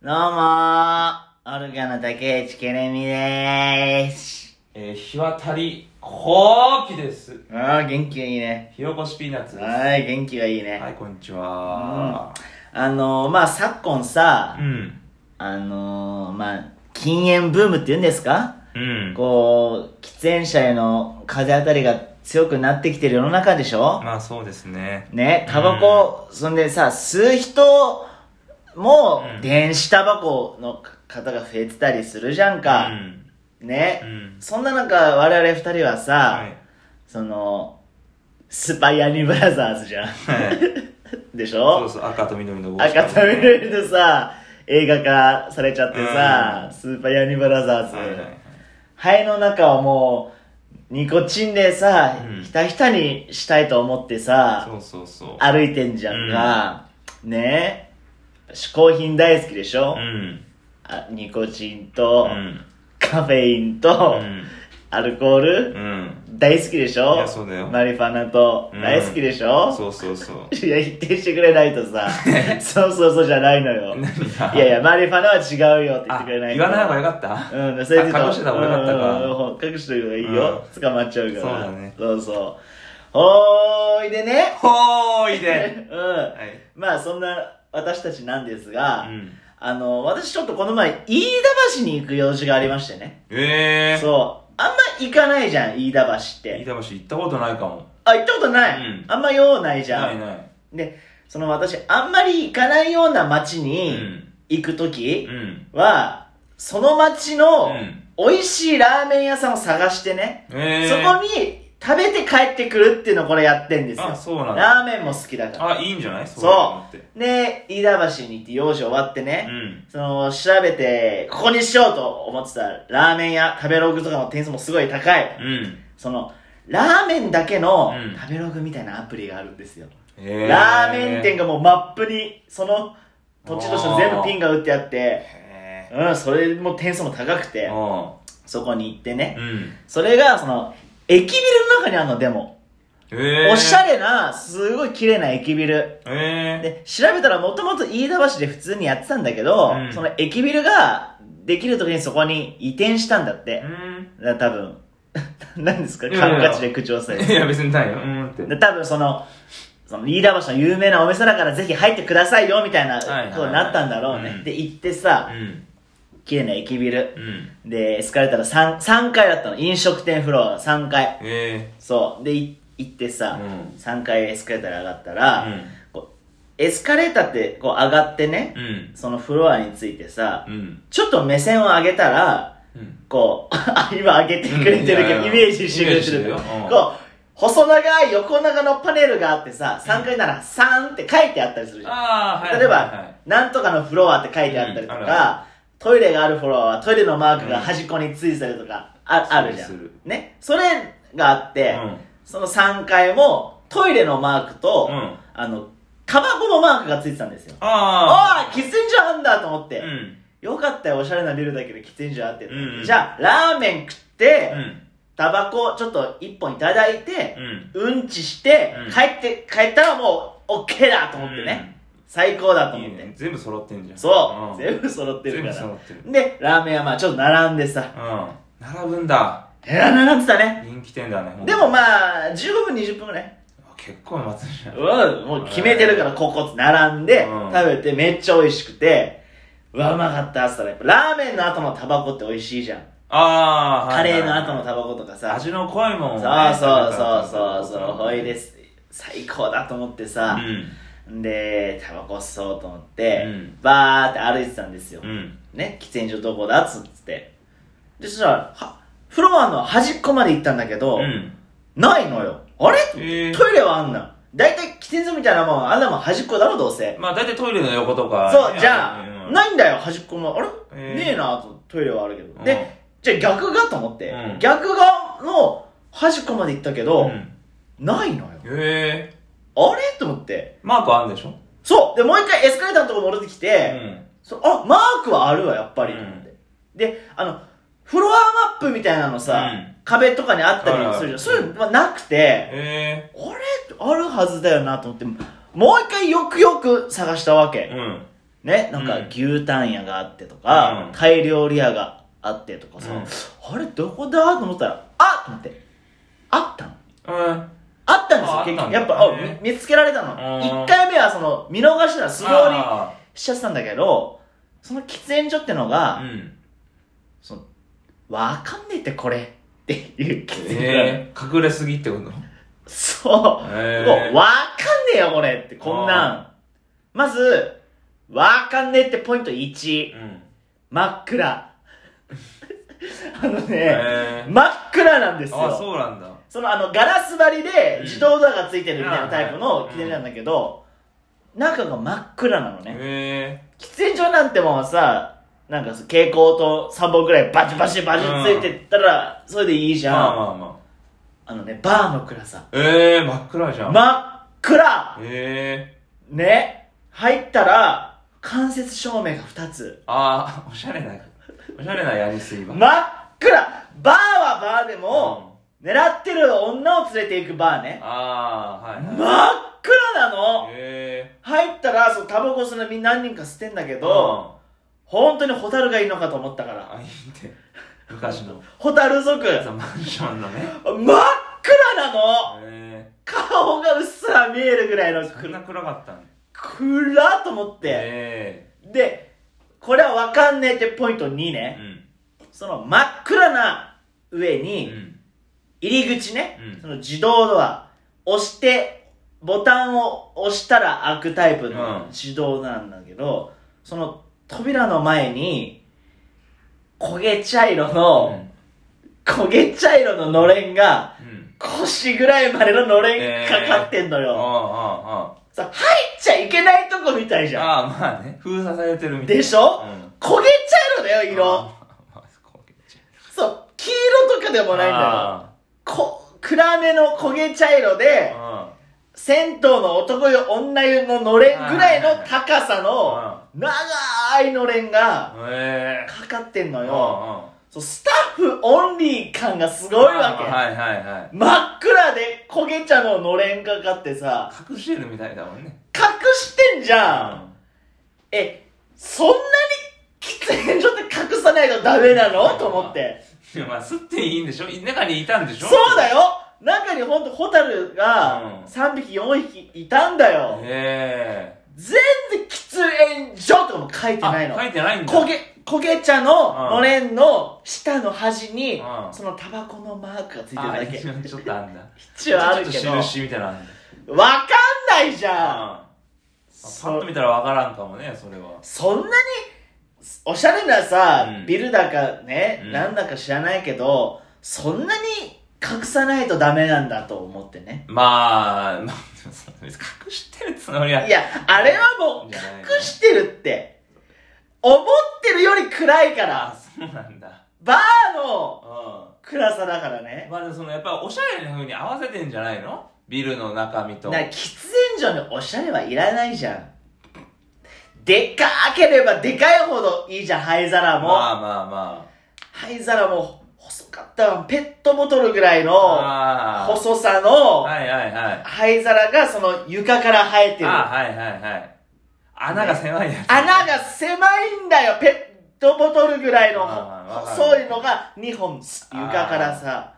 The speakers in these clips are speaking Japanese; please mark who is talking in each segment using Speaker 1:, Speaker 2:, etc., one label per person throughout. Speaker 1: どうもー、オルガの竹内けれみでーす。
Speaker 2: えー、日渡り、後期です。
Speaker 1: あー、元気がいいね。
Speaker 2: ひよこしピーナッツです。
Speaker 1: はーい、元気がいいね。
Speaker 2: はい、こんにちは。
Speaker 1: あのー、まあ、昨今さ、
Speaker 2: うん。
Speaker 1: あのー、まあ、禁煙ブームって言うんですか
Speaker 2: うん。
Speaker 1: こう、喫煙者への風当たりが強くなってきてる世の中でしょ
Speaker 2: まあそうですね。
Speaker 1: ね、タバコ、そんでさ、吸う人も
Speaker 2: う、ん
Speaker 1: 電子タバコの方が増えてたりするじゃん
Speaker 2: う
Speaker 1: か。
Speaker 2: ん。
Speaker 1: ね
Speaker 2: う。ん。
Speaker 1: そんな中、我々二人はさ、
Speaker 2: はい。
Speaker 1: その、スパイアニブラザーズじゃん。
Speaker 2: はい。
Speaker 1: でし
Speaker 2: そう
Speaker 1: ょ
Speaker 2: そう、赤と緑の帽子。
Speaker 1: 赤と緑でさ、映画化されちゃってさ、
Speaker 2: うん
Speaker 1: スーパーヤニブラザーズ。
Speaker 2: はいはいはい。
Speaker 1: 肺の中はもう、ニコチンでさ、
Speaker 2: うん
Speaker 1: ひたひたにしたいと思ってさ、
Speaker 2: そうそうそう。
Speaker 1: 歩いてんじゃんか。ね嗜好品大好きでしょ、
Speaker 2: うん。
Speaker 1: あニコチン
Speaker 2: う
Speaker 1: と、
Speaker 2: ん。
Speaker 1: カフェインと、
Speaker 2: うん。
Speaker 1: アルコール、
Speaker 2: うん。
Speaker 1: 大好きでしょ
Speaker 2: いやそうだよ
Speaker 1: マリファナと、
Speaker 2: うん
Speaker 1: 大好きでしょ、
Speaker 2: そうそ うそう。
Speaker 1: いや、否定してくれないと さ、そうそうそうじゃないのよ。
Speaker 2: 何が
Speaker 1: いやいや、マリファナは違うよって言って、
Speaker 2: あ
Speaker 1: くれない
Speaker 2: 言
Speaker 1: と。
Speaker 2: わない方がよかった
Speaker 1: うん、それで
Speaker 2: あ隠してた方がよかったか
Speaker 1: うんうんうん隠しといた方がいいよ。捕まっちゃうから。
Speaker 2: そうだね
Speaker 1: そうそう。ほーいでね。
Speaker 2: ほーいで。
Speaker 1: うん。
Speaker 2: はい。
Speaker 1: まあ、そんな私たちなんですが、
Speaker 2: うん。
Speaker 1: あの、私ちょっとこの前、飯田橋に行く用事がありましてね。
Speaker 2: えー。
Speaker 1: そう。あんま行かないじゃん、飯田橋っ
Speaker 2: 飯
Speaker 1: て。
Speaker 2: 田橋行ったことないかも。
Speaker 1: あ、行ったことない。
Speaker 2: うん
Speaker 1: あんま用ないじゃん。
Speaker 2: ないない。
Speaker 1: で、その私、あんまり行かないような街
Speaker 2: う
Speaker 1: に
Speaker 2: ん。
Speaker 1: 行くとき
Speaker 2: うん。
Speaker 1: は、その街
Speaker 2: う
Speaker 1: の
Speaker 2: ん
Speaker 1: 美味しいラーメン屋さんを探してね、
Speaker 2: えー。
Speaker 1: そこに食べて帰ってくるっていうのをこれやってんですよ
Speaker 2: あ、。そうなんだ。
Speaker 1: ラーメンも好きだから。
Speaker 2: あ、いいんじゃない
Speaker 1: そう
Speaker 2: ういうのって。
Speaker 1: で、飯田橋に行って用事終わって
Speaker 2: う
Speaker 1: ね、
Speaker 2: ん。
Speaker 1: その、調べて、ここにしようと思ってたラーメン屋、食べログとかの点数もすごい高い。
Speaker 2: うん。
Speaker 1: その、ラーメンだけの
Speaker 2: うん
Speaker 1: 食べログみたいなアプリがあるんですよ。
Speaker 2: えー
Speaker 1: ラーメン店がもうマップに、その土地として全部ピンが打ってあって、
Speaker 2: へ
Speaker 1: うん、それも点数も高くて
Speaker 2: ー。、あ
Speaker 1: そこに行ってね
Speaker 2: ー。。うん。
Speaker 1: それが、その、駅ビルの中にあるの、でも。
Speaker 2: えー。
Speaker 1: おしゃ
Speaker 2: れ
Speaker 1: れな、すごい綺麗な駅ビル。
Speaker 2: え
Speaker 1: で、調べたらもともと飯田橋で普通にやってたんだけど、
Speaker 2: うん
Speaker 1: その駅ビルができる時にそこに移転したんだっ
Speaker 2: ー。
Speaker 1: て
Speaker 2: う。ん。
Speaker 1: だから多分、 何ですか
Speaker 2: いやい
Speaker 1: カ
Speaker 2: や
Speaker 1: ンカチで口を押さえ
Speaker 2: い
Speaker 1: て。
Speaker 2: や、別にないよ。うんって。
Speaker 1: で多分その、その、飯田橋の有名なお店だからぜひ入ってくださいよ、みたいな
Speaker 2: はいはい
Speaker 1: ことになったんだろうね。
Speaker 2: うん
Speaker 1: で、行って
Speaker 2: う
Speaker 1: さ、
Speaker 2: ん。
Speaker 1: 綺麗な駅ビル。
Speaker 2: うん。
Speaker 1: で、エスカレーターの 3, 3階だったの。飲食店フロア3階。
Speaker 2: え
Speaker 1: そう。で、い行って
Speaker 2: ー。
Speaker 1: さ、
Speaker 2: うん。
Speaker 1: 3階エスカレーターで上がったら、
Speaker 2: うん
Speaker 1: こうエスカレーターってこう上がってね、
Speaker 2: うん。
Speaker 1: そのフロアについてさ、
Speaker 2: うん。
Speaker 1: ちょっと目線を上げたら、
Speaker 2: うん。
Speaker 1: こう、 あ今上げてくれてるけど、
Speaker 2: うんいやいや
Speaker 1: イメージしてくれて
Speaker 2: イメージしてる
Speaker 1: る。
Speaker 2: ようん
Speaker 1: こう、細長い横長のパネルがあってさ、3階なら3って書いてあったりするじゃん。
Speaker 2: あー、はい。
Speaker 1: 例えば、
Speaker 2: はいはい
Speaker 1: なんとかのフロアって書いてあったりと
Speaker 2: うんあるあ
Speaker 1: か、トイレがあるフロアはトイレのマークが端っこについてたりとか、ああるじゃ
Speaker 2: するする
Speaker 1: ん。ね。それがあって、その3階もトイレのマークと、
Speaker 2: うん。うん。
Speaker 1: あの、タバコのマークがついてたんですよ。あ
Speaker 2: あ
Speaker 1: あ
Speaker 2: ー。
Speaker 1: 喫煙所あんだと思って、
Speaker 2: うん。
Speaker 1: よかったよ、おしゃれなビルだけど喫煙所あって、
Speaker 2: うんうん
Speaker 1: じゃあ、ラーメン食っ
Speaker 2: う
Speaker 1: て、
Speaker 2: ん。
Speaker 1: タバコちょっと1本いただいて、
Speaker 2: うん。
Speaker 1: うんちして、
Speaker 2: うん
Speaker 1: 帰って、帰ったらもう、オッケーだと思ってね。最高だと
Speaker 2: うん。い
Speaker 1: 思っ
Speaker 2: い
Speaker 1: て。
Speaker 2: ね。全部揃ってんじゃん。
Speaker 1: そう、
Speaker 2: ん
Speaker 1: 全部揃ってるか
Speaker 2: 全部
Speaker 1: ら
Speaker 2: 揃ってる。
Speaker 1: でラーメン屋まあちょっと並んでさ
Speaker 2: うん。並ぶんだ。
Speaker 1: えら並んでたね
Speaker 2: 人気店だね。ほんと
Speaker 1: でもまあ15分20分ぐらい
Speaker 2: 結構待つじゃん。
Speaker 1: うんもう決めてるからここ並んで
Speaker 2: うん
Speaker 1: 食べてめっちゃ美味しくてうわうまかったっつったらやっぱラーメンの後のタバコって美味しいじゃん
Speaker 2: ああ、
Speaker 1: カレーの後のタバコとかさそう
Speaker 2: 味の濃いもん
Speaker 1: そう
Speaker 2: ね
Speaker 1: そうそうそうほいですす最高だと思って
Speaker 2: う
Speaker 1: さ、
Speaker 2: ん
Speaker 1: でタバコ吸おうと思って、
Speaker 2: うん
Speaker 1: バーって歩いてたんですよ、
Speaker 2: うん
Speaker 1: ね、喫煙所どこだっつって。で、そしたら、は、フロアの端っこまで行ったんだけど、
Speaker 2: うん
Speaker 1: ないのよ。あれ、
Speaker 2: えー
Speaker 1: トイレはあんな。だいたい喫煙所みたいなもん、あんなもん端っこだろ、どうせ。
Speaker 2: まあ大体トイレの横とか
Speaker 1: そう、じゃ
Speaker 2: うん
Speaker 1: あ、ないんだよ、端っこも。あれ、
Speaker 2: えー
Speaker 1: ねえな、と、トイレはあるけど。
Speaker 2: うん
Speaker 1: で、じゃあ逆がと思って、
Speaker 2: うん
Speaker 1: 逆側の端っこまで行ったけど、
Speaker 2: うん
Speaker 1: ないのよ。
Speaker 2: ええ
Speaker 1: あれと思って。
Speaker 2: マークあんでしょ
Speaker 1: そうで、もう一回エスカレーターのとこ戻ってき
Speaker 2: う
Speaker 1: て、
Speaker 2: ん
Speaker 1: そうあマークはあるわやっぱり、
Speaker 2: うん
Speaker 1: であのフロアマップみたいなのさ、
Speaker 2: うん
Speaker 1: 壁とかにあったりするじゃんそれはなくて、
Speaker 2: え
Speaker 1: あれあるはずだよなと思ってもう一回よくよく探したわ
Speaker 2: え
Speaker 1: け、
Speaker 2: うん
Speaker 1: ね、なん
Speaker 2: う
Speaker 1: か
Speaker 2: ん
Speaker 1: 牛タン屋があってとか、
Speaker 2: うん
Speaker 1: タイ料理屋があってとかさ、あれどこだと思ったら、あっと思って、あったの
Speaker 2: うん。
Speaker 1: あったんですよ
Speaker 2: あ、
Speaker 1: 結
Speaker 2: あった
Speaker 1: 局。
Speaker 2: んだ
Speaker 1: やっぱ、あ
Speaker 2: ね
Speaker 1: み見つけられたの。
Speaker 2: うん
Speaker 1: 1回目はその、見逃したら素通り
Speaker 2: あ
Speaker 1: しちゃってたんだけど、その喫煙所ってのが、
Speaker 2: ーうん。
Speaker 1: その、わかんねえってこれっていう喫煙所なの
Speaker 2: えー、隠れすぎってこと
Speaker 1: そう。
Speaker 2: え
Speaker 1: もう、わかんねえよ、これって、こんなん。まず、わかんねえってポイント1。
Speaker 2: うん。
Speaker 1: 真っ暗。 あのね、
Speaker 2: えー。
Speaker 1: 真っ暗なんです
Speaker 2: あ、
Speaker 1: よ。
Speaker 2: そうなんだ。
Speaker 1: その、あの、ガラス張りで
Speaker 2: うん
Speaker 1: 自動ドアがついてるみたいなタイプ
Speaker 2: あ
Speaker 1: の
Speaker 2: はい
Speaker 1: 記念なんだけど、中が真っ暗なのね。
Speaker 2: え
Speaker 1: 喫煙所なんてもんはさ、なんかそう蛍光灯3本くらいバチバチバチついてったら、それでいいじ
Speaker 2: ー。
Speaker 1: ゃ
Speaker 2: まあ
Speaker 1: ん。
Speaker 2: まあまあ。
Speaker 1: あのね、バーの暗さ。
Speaker 2: えー、真っ暗じゃん。
Speaker 1: 真っ暗
Speaker 2: えー。
Speaker 1: ね入ったら間接照明が2つ
Speaker 2: あー、おしゃれな、おしゃれなやりすぎ
Speaker 1: 真
Speaker 2: ば。
Speaker 1: っ暗バーはバーでも、狙ってる女を連れていくバー
Speaker 2: うん
Speaker 1: ね
Speaker 2: あー、はい
Speaker 1: 真
Speaker 2: は
Speaker 1: っ
Speaker 2: い。
Speaker 1: 暗なの
Speaker 2: え
Speaker 1: 入ったらそうタバコそのみんな何人か吸ってんだけ
Speaker 2: ー。
Speaker 1: ど、本当にホタルがいいのかと思ったから
Speaker 2: あ、いいって。昔の。
Speaker 1: ホタル族真っ
Speaker 2: さマンションのね。
Speaker 1: 暗なの
Speaker 2: え
Speaker 1: 顔がうっすら見えるぐらいの
Speaker 2: ー。こんな
Speaker 1: 暗
Speaker 2: 暗かったん
Speaker 1: 暗っと思って、
Speaker 2: え
Speaker 1: でこれは分かんねえってポイント2
Speaker 2: ー。う
Speaker 1: ね、
Speaker 2: ん。
Speaker 1: その真っ暗な上
Speaker 2: う
Speaker 1: に、
Speaker 2: ん。
Speaker 1: 入り口ね、
Speaker 2: うん
Speaker 1: その自動ドア押してボタンを押したら開くタイプの
Speaker 2: うん
Speaker 1: 自動なんだけど、その扉の前に焦げ茶色の、焦げ茶色ののれんが
Speaker 2: うん。
Speaker 1: 腰ぐらいまでののれんかかってんの
Speaker 2: ああ、
Speaker 1: よ、
Speaker 2: ああ、
Speaker 1: さ入っちゃいけないとこみたいじゃん
Speaker 2: ああ、まあね。封鎖されてるみたい
Speaker 1: で
Speaker 2: な。
Speaker 1: しょ、
Speaker 2: うん。
Speaker 1: 焦げ茶色だよ
Speaker 2: あ
Speaker 1: 色
Speaker 2: ーまあこうち
Speaker 1: そう黄色とかでもないんだよ
Speaker 2: あ
Speaker 1: こ暗めの焦げ茶色で、
Speaker 2: ー
Speaker 1: 銭湯の男湯女湯ののれんぐらいの高さの長いのれんが
Speaker 2: うん。ええ。
Speaker 1: かかってんの
Speaker 2: うん
Speaker 1: よ
Speaker 2: うん
Speaker 1: そうスタッフオンリー感がすごいわけ、
Speaker 2: あーはいはいはい。
Speaker 1: 真っ暗で焦げ茶ののれんかかってさ
Speaker 2: 隠してるみたいだもんね。
Speaker 1: 隠してんじゃん、えそんなに喫煙所って隠さないとダメなのと思って
Speaker 2: うん。いやまあ、吸っていいんでしょ中にいたんでしょ
Speaker 1: そうだよ中にほんとホタルが
Speaker 2: うん
Speaker 1: 3匹4匹いたんだよ、
Speaker 2: え
Speaker 1: 全然喫煙所とかも書い
Speaker 2: え。
Speaker 1: て
Speaker 2: あ
Speaker 1: ないの
Speaker 2: 書いてないんだ。
Speaker 1: 焦げ、焦げ茶の
Speaker 2: うん
Speaker 1: のれんの下の端に
Speaker 2: う、ん
Speaker 1: そのタバコのマークがついてる
Speaker 2: あ
Speaker 1: だけ。
Speaker 2: ーちょっとあんだ。
Speaker 1: 一応あるけ
Speaker 2: ち
Speaker 1: ど
Speaker 2: ょっ、と印みたいなのあんだ。
Speaker 1: わかんないじゃん
Speaker 2: あパッ
Speaker 1: そ
Speaker 2: と見たらわからんかもねそれは
Speaker 1: そんなに、おしゃれなさ
Speaker 2: う、ん
Speaker 1: ビルだかね
Speaker 2: う、ん
Speaker 1: なんだか知らないけど、そんなに隠さないとダメなんだと思ってね。
Speaker 2: まあ、まあ、別に隠してるつもりはい
Speaker 1: や、あれはもう
Speaker 2: じゃない
Speaker 1: 隠してるって、思ってるより暗いか
Speaker 2: あ
Speaker 1: ら、
Speaker 2: そうなんだ
Speaker 1: バーの
Speaker 2: う
Speaker 1: 暗さだからね
Speaker 2: ん。まあでもそのやっぱおしゃれな風に合わせてんじゃないのビルの中身と
Speaker 1: な喫煙所におしゃれはいらないじゃんでかければでかいほどいいじゃん灰皿
Speaker 2: まあ
Speaker 1: も、
Speaker 2: まあま
Speaker 1: 灰皿も細かったわペットボトルぐらい
Speaker 2: あ
Speaker 1: の
Speaker 2: ああ
Speaker 1: 細さの
Speaker 2: はいはいはい
Speaker 1: 灰皿がその床から生えてる
Speaker 2: あはいはいはい穴が狭いやつ、
Speaker 1: 穴が狭いんだよペットボトルぐらいの
Speaker 2: あー
Speaker 1: 細いのが2本スッ床からさ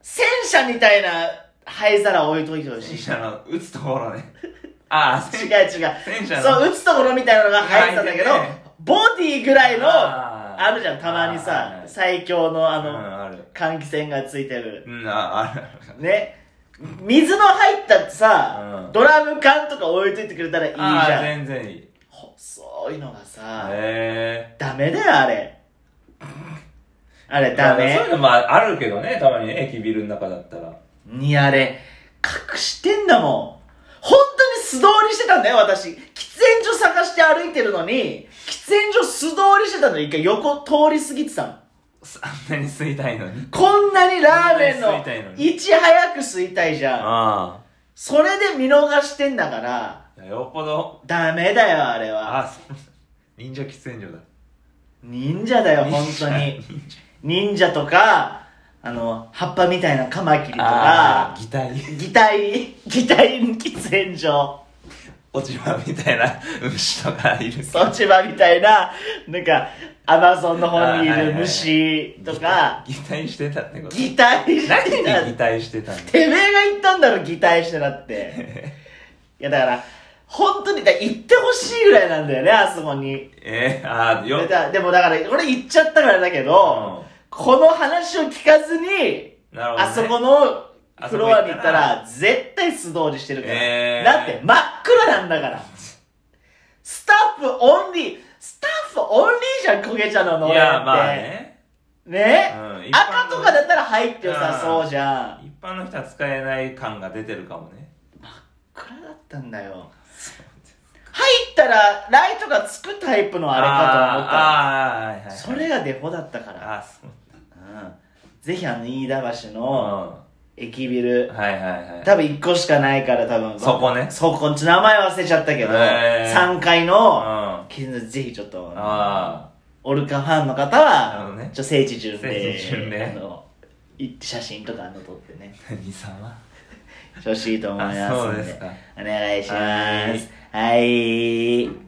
Speaker 1: 戦車みたいな灰皿置いといてほしい
Speaker 2: 戦車の打つところねああ
Speaker 1: 違う
Speaker 2: 戦
Speaker 1: 違う
Speaker 2: 戦車の
Speaker 1: そうう、打つところみたいなのが入ってたんだけど
Speaker 2: 入ってね、
Speaker 1: ボディぐらいの、あ
Speaker 2: あ
Speaker 1: るじゃん、たまに
Speaker 2: あ
Speaker 1: さ、
Speaker 2: ー
Speaker 1: 最強のあ
Speaker 2: う
Speaker 1: の、
Speaker 2: んある
Speaker 1: 換気扇がついてる。
Speaker 2: うんあある
Speaker 1: ね。水の入った
Speaker 2: う
Speaker 1: さ、
Speaker 2: ん
Speaker 1: ドラム缶とか置いといてくれたらいいじ
Speaker 2: ああ
Speaker 1: ゃん。
Speaker 2: 全然いいへ
Speaker 1: 細いのがさ、
Speaker 2: え
Speaker 1: ダメだよ、あれ。あれ、
Speaker 2: ま
Speaker 1: ダ
Speaker 2: あそういう
Speaker 1: メ。
Speaker 2: のもあるけどね、たまにね駅ビルの中だったら。
Speaker 1: にあれ、隠してんだもん。本当に素通りしてたんだよ、私。喫煙所探して歩いてるのに、喫煙所素通りしてたんだよ、一回横通り過ぎてたの。
Speaker 2: あんなに吸いたいのに。
Speaker 1: こんなにラーメン
Speaker 2: こんなに吸いたいの
Speaker 1: の、
Speaker 2: に
Speaker 1: いち早く吸いたいじゃん。
Speaker 2: あ
Speaker 1: それで見逃してんだから、
Speaker 2: あ。よっぽど。
Speaker 1: ダメだよ、あれ
Speaker 2: あ
Speaker 1: は。
Speaker 2: あ、そう。忍者喫煙所だ。
Speaker 1: 忍者だよ、本当に。忍者とか、あの、葉っぱみたいなカマキリと
Speaker 2: あ
Speaker 1: か、
Speaker 2: あ、擬態。
Speaker 1: 擬態、擬態喫煙所。
Speaker 2: 落ち葉みたいな虫とかい るけど
Speaker 1: 落ち葉みたいな、なんか、アマゾンの方にいる虫とか、
Speaker 2: 擬態してたってこと
Speaker 1: 擬態してた。
Speaker 2: 何に擬態してたの
Speaker 1: てめえが言ったんだろ、擬態してた って。いや、だから、本当に、だから行ってほしいぐらいなんだよね、あそこに。
Speaker 2: えー、あーよ
Speaker 1: でだでもだから、俺行っちゃったからだけど、この話を聞かずに、
Speaker 2: うんなるほど、ね、
Speaker 1: あそこのフロアに行ったら、絶対素通りしてるから。
Speaker 2: えー
Speaker 1: だって真っ暗なんだから。スタッフオンリー、スタッフオンリーじゃん、焦げ茶の農
Speaker 2: いや
Speaker 1: 園って。
Speaker 2: まあね
Speaker 1: ね、
Speaker 2: うん一般
Speaker 1: 赤
Speaker 2: の
Speaker 1: とかだったら入ってよさそうじゃん。
Speaker 2: 一般の人は使えない感が出てるかもね
Speaker 1: 暗だったんだよ。入ったら、ライトがつくタイプのあれか
Speaker 2: あーあーはい
Speaker 1: と思
Speaker 2: はい、はい、
Speaker 1: ったら、それがデフォだったから。
Speaker 2: あーそう
Speaker 1: うん、ぜひあの、飯田橋
Speaker 2: う
Speaker 1: の駅ビル、
Speaker 2: んはいはいは い
Speaker 1: 多分1個しかないから多分
Speaker 2: そこね
Speaker 1: そこちょっと名前忘れちゃったけど、
Speaker 2: へー
Speaker 1: 3階
Speaker 2: う
Speaker 1: の
Speaker 2: ん
Speaker 1: 絆ぜひちょっと
Speaker 2: あ
Speaker 1: オルカファンの方
Speaker 2: なるほ
Speaker 1: は、
Speaker 2: どね
Speaker 1: ちょっと聖地巡礼
Speaker 2: 聖地巡礼
Speaker 1: あの行って写真とかあの撮ってね
Speaker 2: ー何様
Speaker 1: 調子いいと思いますん
Speaker 2: あ
Speaker 1: で
Speaker 2: そうですか
Speaker 1: お願いしますはい